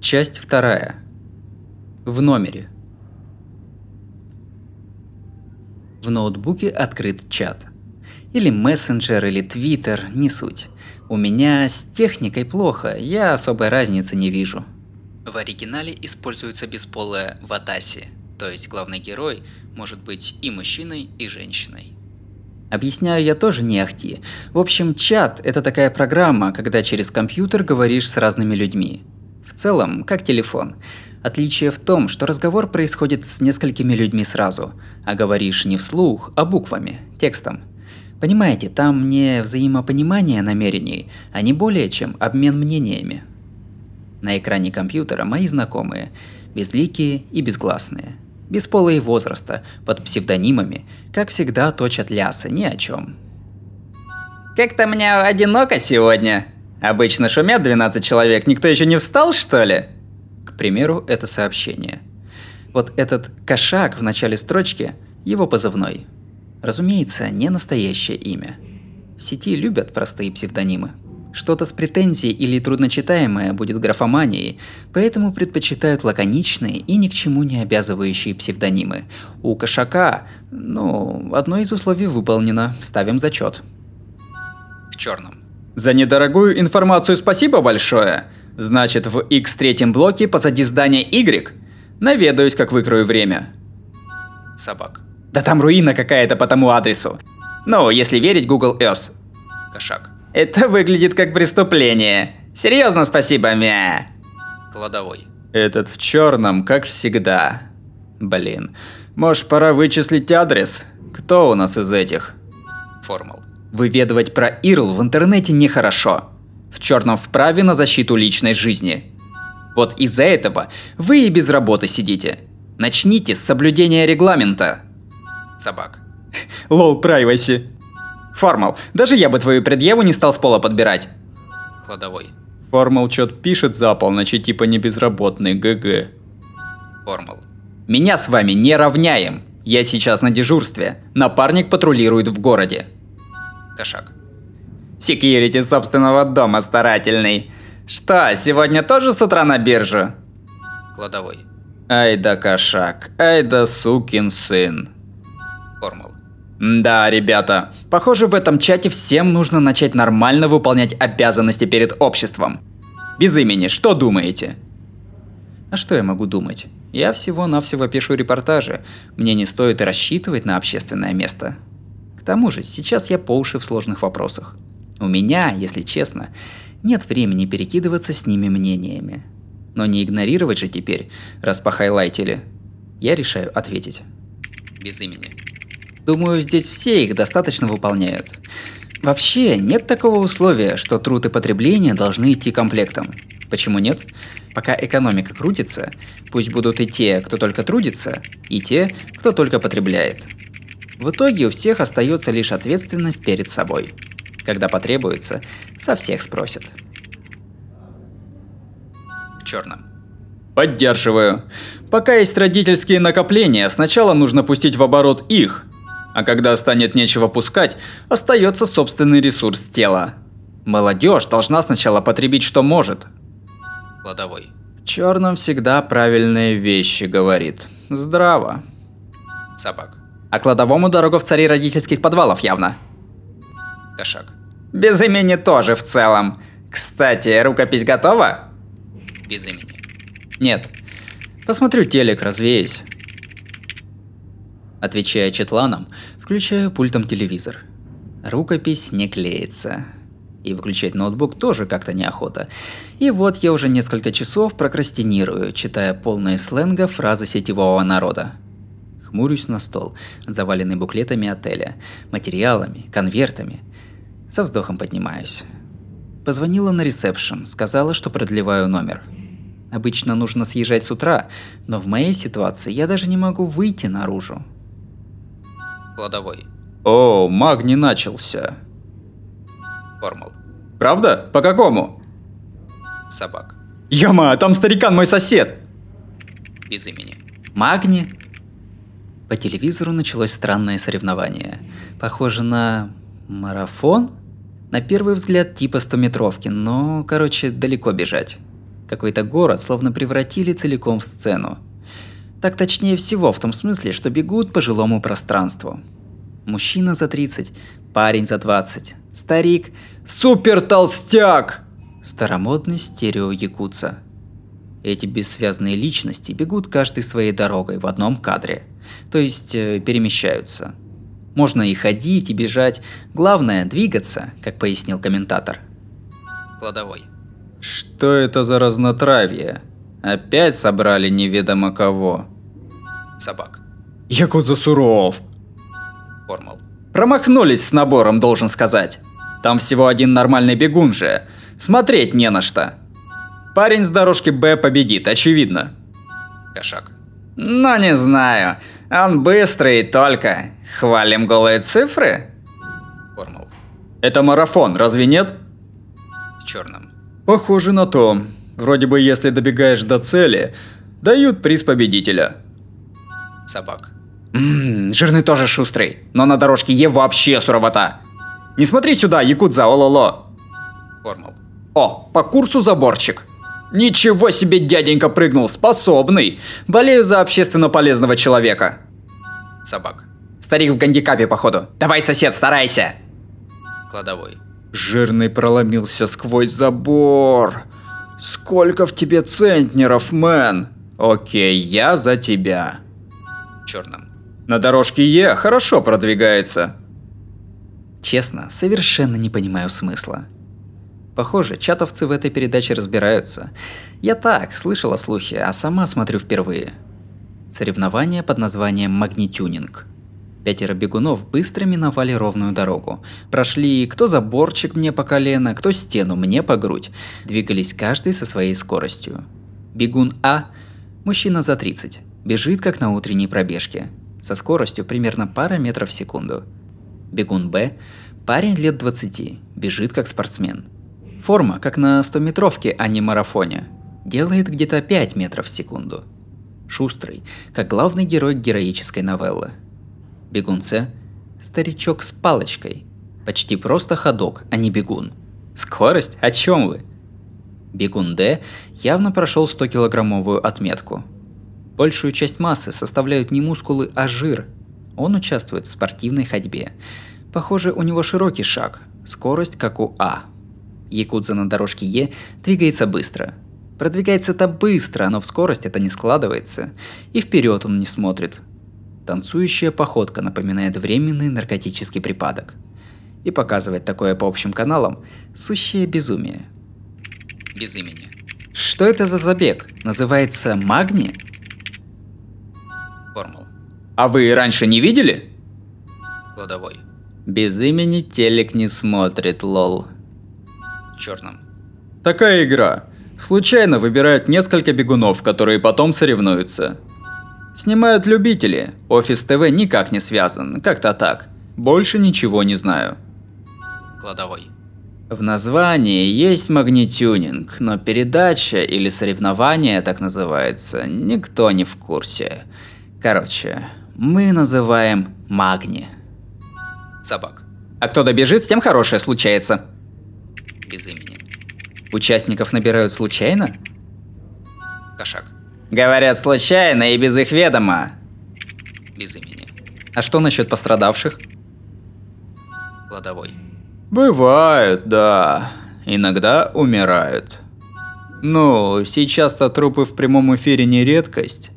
Часть вторая. В номере. В ноутбуке открыт чат. Или мессенджер, или твиттер, не суть. У меня с техникой плохо, я особой разницы не вижу. В оригинале используется бесполое ватаси, то есть главный герой может быть и мужчиной, и женщиной. Объясняю я тоже не ахти. В общем, чат – это такая программа, когда через компьютер говоришь с разными людьми. В целом, как телефон. Отличие в том, что разговор происходит с несколькими людьми сразу, а говоришь не вслух, а буквами, текстом. Понимаете, там не взаимопонимание намерений, а не более чем обмен мнениями. На экране компьютера мои знакомые, безликие и безгласные. Без пола и возраста, под псевдонимами, как всегда точат лясы ни о чем. Как-то мне одиноко сегодня. Обычно шумят 12 человек, никто еще не встал, что ли? К примеру, это сообщение. Вот этот кошак в начале строчки – его позывной. Разумеется, не настоящее имя. В сети любят простые псевдонимы. Что-то с претензией или трудночитаемое будет графоманией, поэтому предпочитают лаконичные и ни к чему не обязывающие псевдонимы. У кошака, ну, одно из условий выполнено, ставим зачет. В черном. За недорогую информацию спасибо большое. Значит, в X третьем блоке позади здания Y. Наведаюсь, как выкрою время. Собак. Да там руина какая-то по тому адресу. Ну, если верить Google Earth. Кошак. Это выглядит как преступление. Серьезно, спасибо, мя. Кладовой. Этот в черном, как всегда. Блин. Может, пора вычислить адрес? Кто у нас из этих? Формул. Выведывать про Ирл в интернете нехорошо. В черном вправе на защиту личной жизни. Вот из-за этого вы и без работы сидите. Начните с соблюдения регламента. Собак. Лол, прайваси. Формал, даже я бы твою предъяву не стал с пола подбирать. Кладовой. Формал чё-то пишет за полночь и типа не безработный, ГГ. Формал. Меня с вами не равняем. Я сейчас на дежурстве. Напарник патрулирует в городе. Кошак. Секьюрити собственного дома старательный. Что, сегодня тоже с утра на биржу? Кладовой. Ай да кошак, ай да сукин сын. Формал. Да, ребята, похоже, в этом чате всем нужно начать нормально выполнять обязанности перед обществом. Без имени, что думаете? А что я могу думать? Я всего-навсего пишу репортажи. Мне не стоит и рассчитывать на общественное место. К тому же, сейчас я по уши в сложных вопросах. У меня, если честно, нет времени перекидываться с ними мнениями. Но не игнорировать же теперь, раз похайлайтили. Я решаю ответить. Без имени. Думаю, здесь все их достаточно выполняют. Вообще, нет такого условия, что труд и потребление должны идти комплектом. Почему нет? Пока экономика крутится, пусть будут и те, кто только трудится, и те, кто только потребляет. В итоге у всех остается лишь ответственность перед собой. Когда потребуется, со всех спросят. В черном. Поддерживаю. Пока есть родительские накопления, сначала нужно пустить в оборот их, а когда станет нечего пускать, остается собственный ресурс тела. Молодежь должна сначала потребить, что может. Кладовой. В черном всегда правильные вещи говорит. Здраво. Собак. А кладовому дорога в цари родительских подвалов явно. Кошак. Без имени тоже в целом. Кстати, рукопись готова? Без имени. Нет. Посмотрю телек, развеюсь. Отвечая читланам, включаю пультом телевизор. Рукопись не клеится. И выключать ноутбук тоже как-то неохота. И вот я уже несколько часов прокрастинирую, читая полные сленга фразы сетевого народа. Хмурюсь на стол, заваленный буклетами отеля, материалами, конвертами. Со вздохом поднимаюсь. Позвонила на ресепшн, сказала, что продлеваю номер. Обычно нужно съезжать с утра, но в моей ситуации я даже не могу выйти наружу кладовой. О, маг не начался. Формул. Правда? По какому? Собак. Яма, там старикан мой сосед. Без имени. Магни? По телевизору началось странное соревнование. Похоже на марафон? На первый взгляд типа стометровки, но, короче, далеко бежать. Какой-то город словно превратили целиком в сцену. Так точнее всего в том смысле, что бегут по жилому пространству. Мужчина за 30, парень за 20, старик, Супер толстяк! старомодный стерео якутца. Эти бессвязные личности бегут каждый своей дорогой в одном кадре, то есть э, перемещаются. Можно и ходить, и бежать, главное двигаться, как пояснил комментатор. Кладовой. Что это за разнотравье? Опять собрали неведомо кого. Собак. Якудза Суров. Формал. Промахнулись с набором, должен сказать. Там всего один нормальный бегун же. Смотреть не на что. Парень с дорожки Б победит, очевидно. Кошак. Но не знаю. Он быстрый только. Хвалим голые цифры? Формал. Это марафон, разве нет? В черном. Похоже на то. Вроде бы, если добегаешь до цели, дают приз победителя. Собак. Ммм, жирный тоже шустрый, но на дорожке Е вообще суровота. Не смотри сюда, якудза, ололо. Формал. О, по курсу заборчик. Ничего себе дяденька прыгнул, способный. Болею за общественно полезного человека. Собак. Старик в гандикапе, походу. Давай, сосед, старайся. Кладовой. Жирный проломился сквозь забор. Сколько в тебе центнеров, мэн? Окей, я за тебя. В черном. На дорожке Е хорошо продвигается. Честно, совершенно не понимаю смысла. Похоже, чатовцы в этой передаче разбираются. Я так, слышала слухи, а сама смотрю впервые. Соревнование под названием «Магнитюнинг». Пятеро бегунов быстро миновали ровную дорогу. Прошли кто заборчик мне по колено, кто стену мне по грудь. Двигались каждый со своей скоростью. Бегун А, мужчина за 30, бежит как на утренней пробежке. Со скоростью примерно пара метров в секунду. Бегун Б, парень лет 20, бежит как спортсмен. Форма, как на 100-метровке, а не марафоне. Делает где-то 5 метров в секунду. Шустрый, как главный герой героической новеллы. Бегун С – старичок с палочкой. Почти просто ходок, а не бегун. Скорость? О чем вы? Бегун Д явно прошел 100-килограммовую отметку. Большую часть массы составляют не мускулы, а жир. Он участвует в спортивной ходьбе. Похоже, у него широкий шаг, скорость как у А. Якудза на дорожке Е двигается быстро. Продвигается это быстро, но в скорость это не складывается. И вперед он не смотрит. Танцующая походка напоминает временный наркотический припадок. И показывать такое по общим каналам – сущее безумие. Без имени. Что это за забег? Называется магни? Формул. А вы раньше не видели? Кладовой. Без имени телек не смотрит, лол. В черном. Такая игра. Случайно выбирают несколько бегунов, которые потом соревнуются. Снимают любители. Офис ТВ никак не связан, как-то так. Больше ничего не знаю. Кладовой. В названии есть магнитюнинг, но передача или соревнование так называется, никто не в курсе. Короче, мы называем магни. Собак. А кто добежит, с тем хорошее случается. Без имени. Участников набирают случайно? Кошак. Говорят, случайно и без их ведома. Без имени. А что насчет пострадавших? Кладовой. Бывают, да. Иногда умирают. Ну, сейчас-то трупы в прямом эфире не редкость.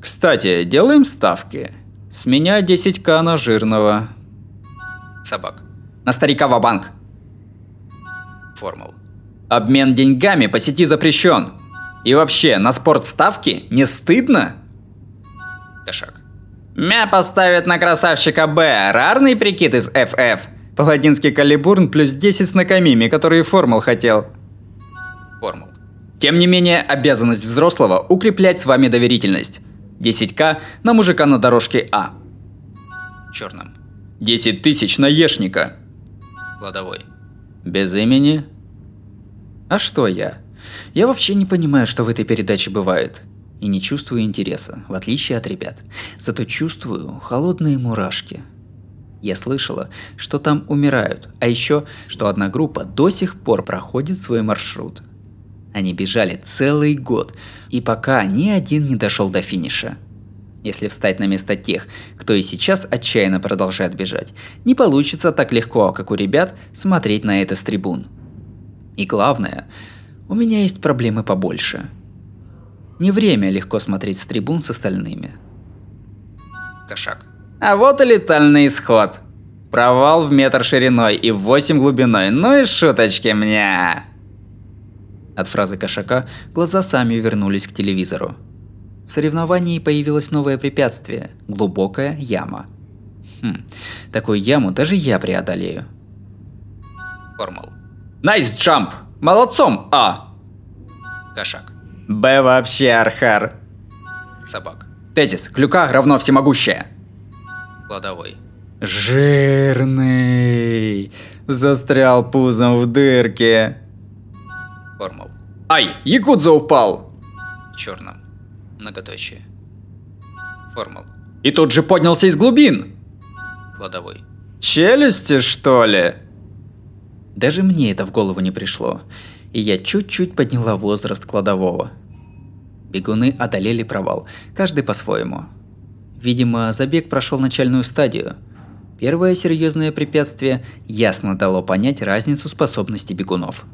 Кстати, делаем ставки. С меня 10к на жирного. Собак. На старика банк. Формул. Обмен деньгами по сети запрещен. И вообще, на спорт ставки не стыдно? Кошак. Мя поставят на красавчика Б, рарный прикид из ФФ. Паладинский калибурн плюс 10 с Накамими, который и формул хотел. Формул. Тем не менее, обязанность взрослого – укреплять с вами доверительность. 10к на мужика на дорожке А. В черном. 10 тысяч на ешника. Кладовой. Без имени? А что я? Я вообще не понимаю, что в этой передаче бывает. И не чувствую интереса, в отличие от ребят. Зато чувствую холодные мурашки. Я слышала, что там умирают, а еще, что одна группа до сих пор проходит свой маршрут. Они бежали целый год, и пока ни один не дошел до финиша. Если встать на место тех, кто и сейчас отчаянно продолжает бежать, не получится так легко, как у ребят, смотреть на это с трибун. И главное, у меня есть проблемы побольше. Не время легко смотреть с трибун с остальными. Кошак. А вот и летальный исход. Провал в метр шириной и в 8 глубиной. Ну и шуточки мне. От фразы кошака глаза сами вернулись к телевизору. В соревновании появилось новое препятствие – глубокая яма. Хм, такую яму даже я преодолею. Формул. Найс джамп! Молодцом, А! Кошак. Б вообще архар. Собак. Тезис. Клюка равно всемогущее. Кладовой. Жирный. Застрял пузом в дырке. Формул. Ай, Якудза упал. В черном. Многоточие. Формул. И тут же поднялся из глубин. Кладовой. Челюсти, что ли? Даже мне это в голову не пришло, и я чуть-чуть подняла возраст кладового. Бегуны одолели провал, каждый по-своему. Видимо, забег прошел начальную стадию. Первое серьезное препятствие ясно дало понять разницу способностей бегунов.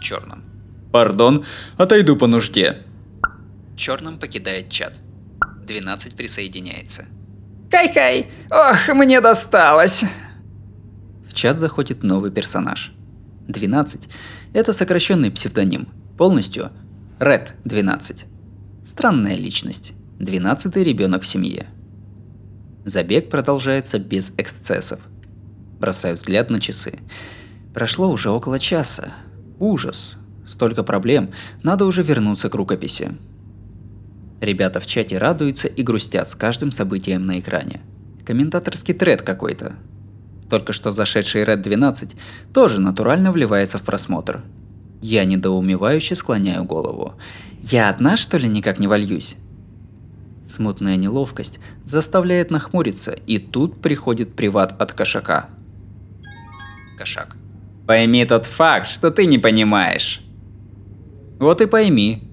Черным. Пардон, отойду по нужде. Черным покидает чат. 12 присоединяется. Кай-кай, ох, мне досталось. В чат заходит новый персонаж. 12 – это сокращенный псевдоним, полностью Red 12. Странная личность, 12-й ребенок в семье. Забег продолжается без эксцессов. Бросаю взгляд на часы. Прошло уже около часа. Ужас. Столько проблем, надо уже вернуться к рукописи. Ребята в чате радуются и грустят с каждым событием на экране. Комментаторский тред какой-то, только что зашедший Red 12, тоже натурально вливается в просмотр. Я недоумевающе склоняю голову. Я одна, что ли, никак не вольюсь? Смутная неловкость заставляет нахмуриться, и тут приходит приват от кошака. Кошак. Пойми тот факт, что ты не понимаешь. Вот и пойми,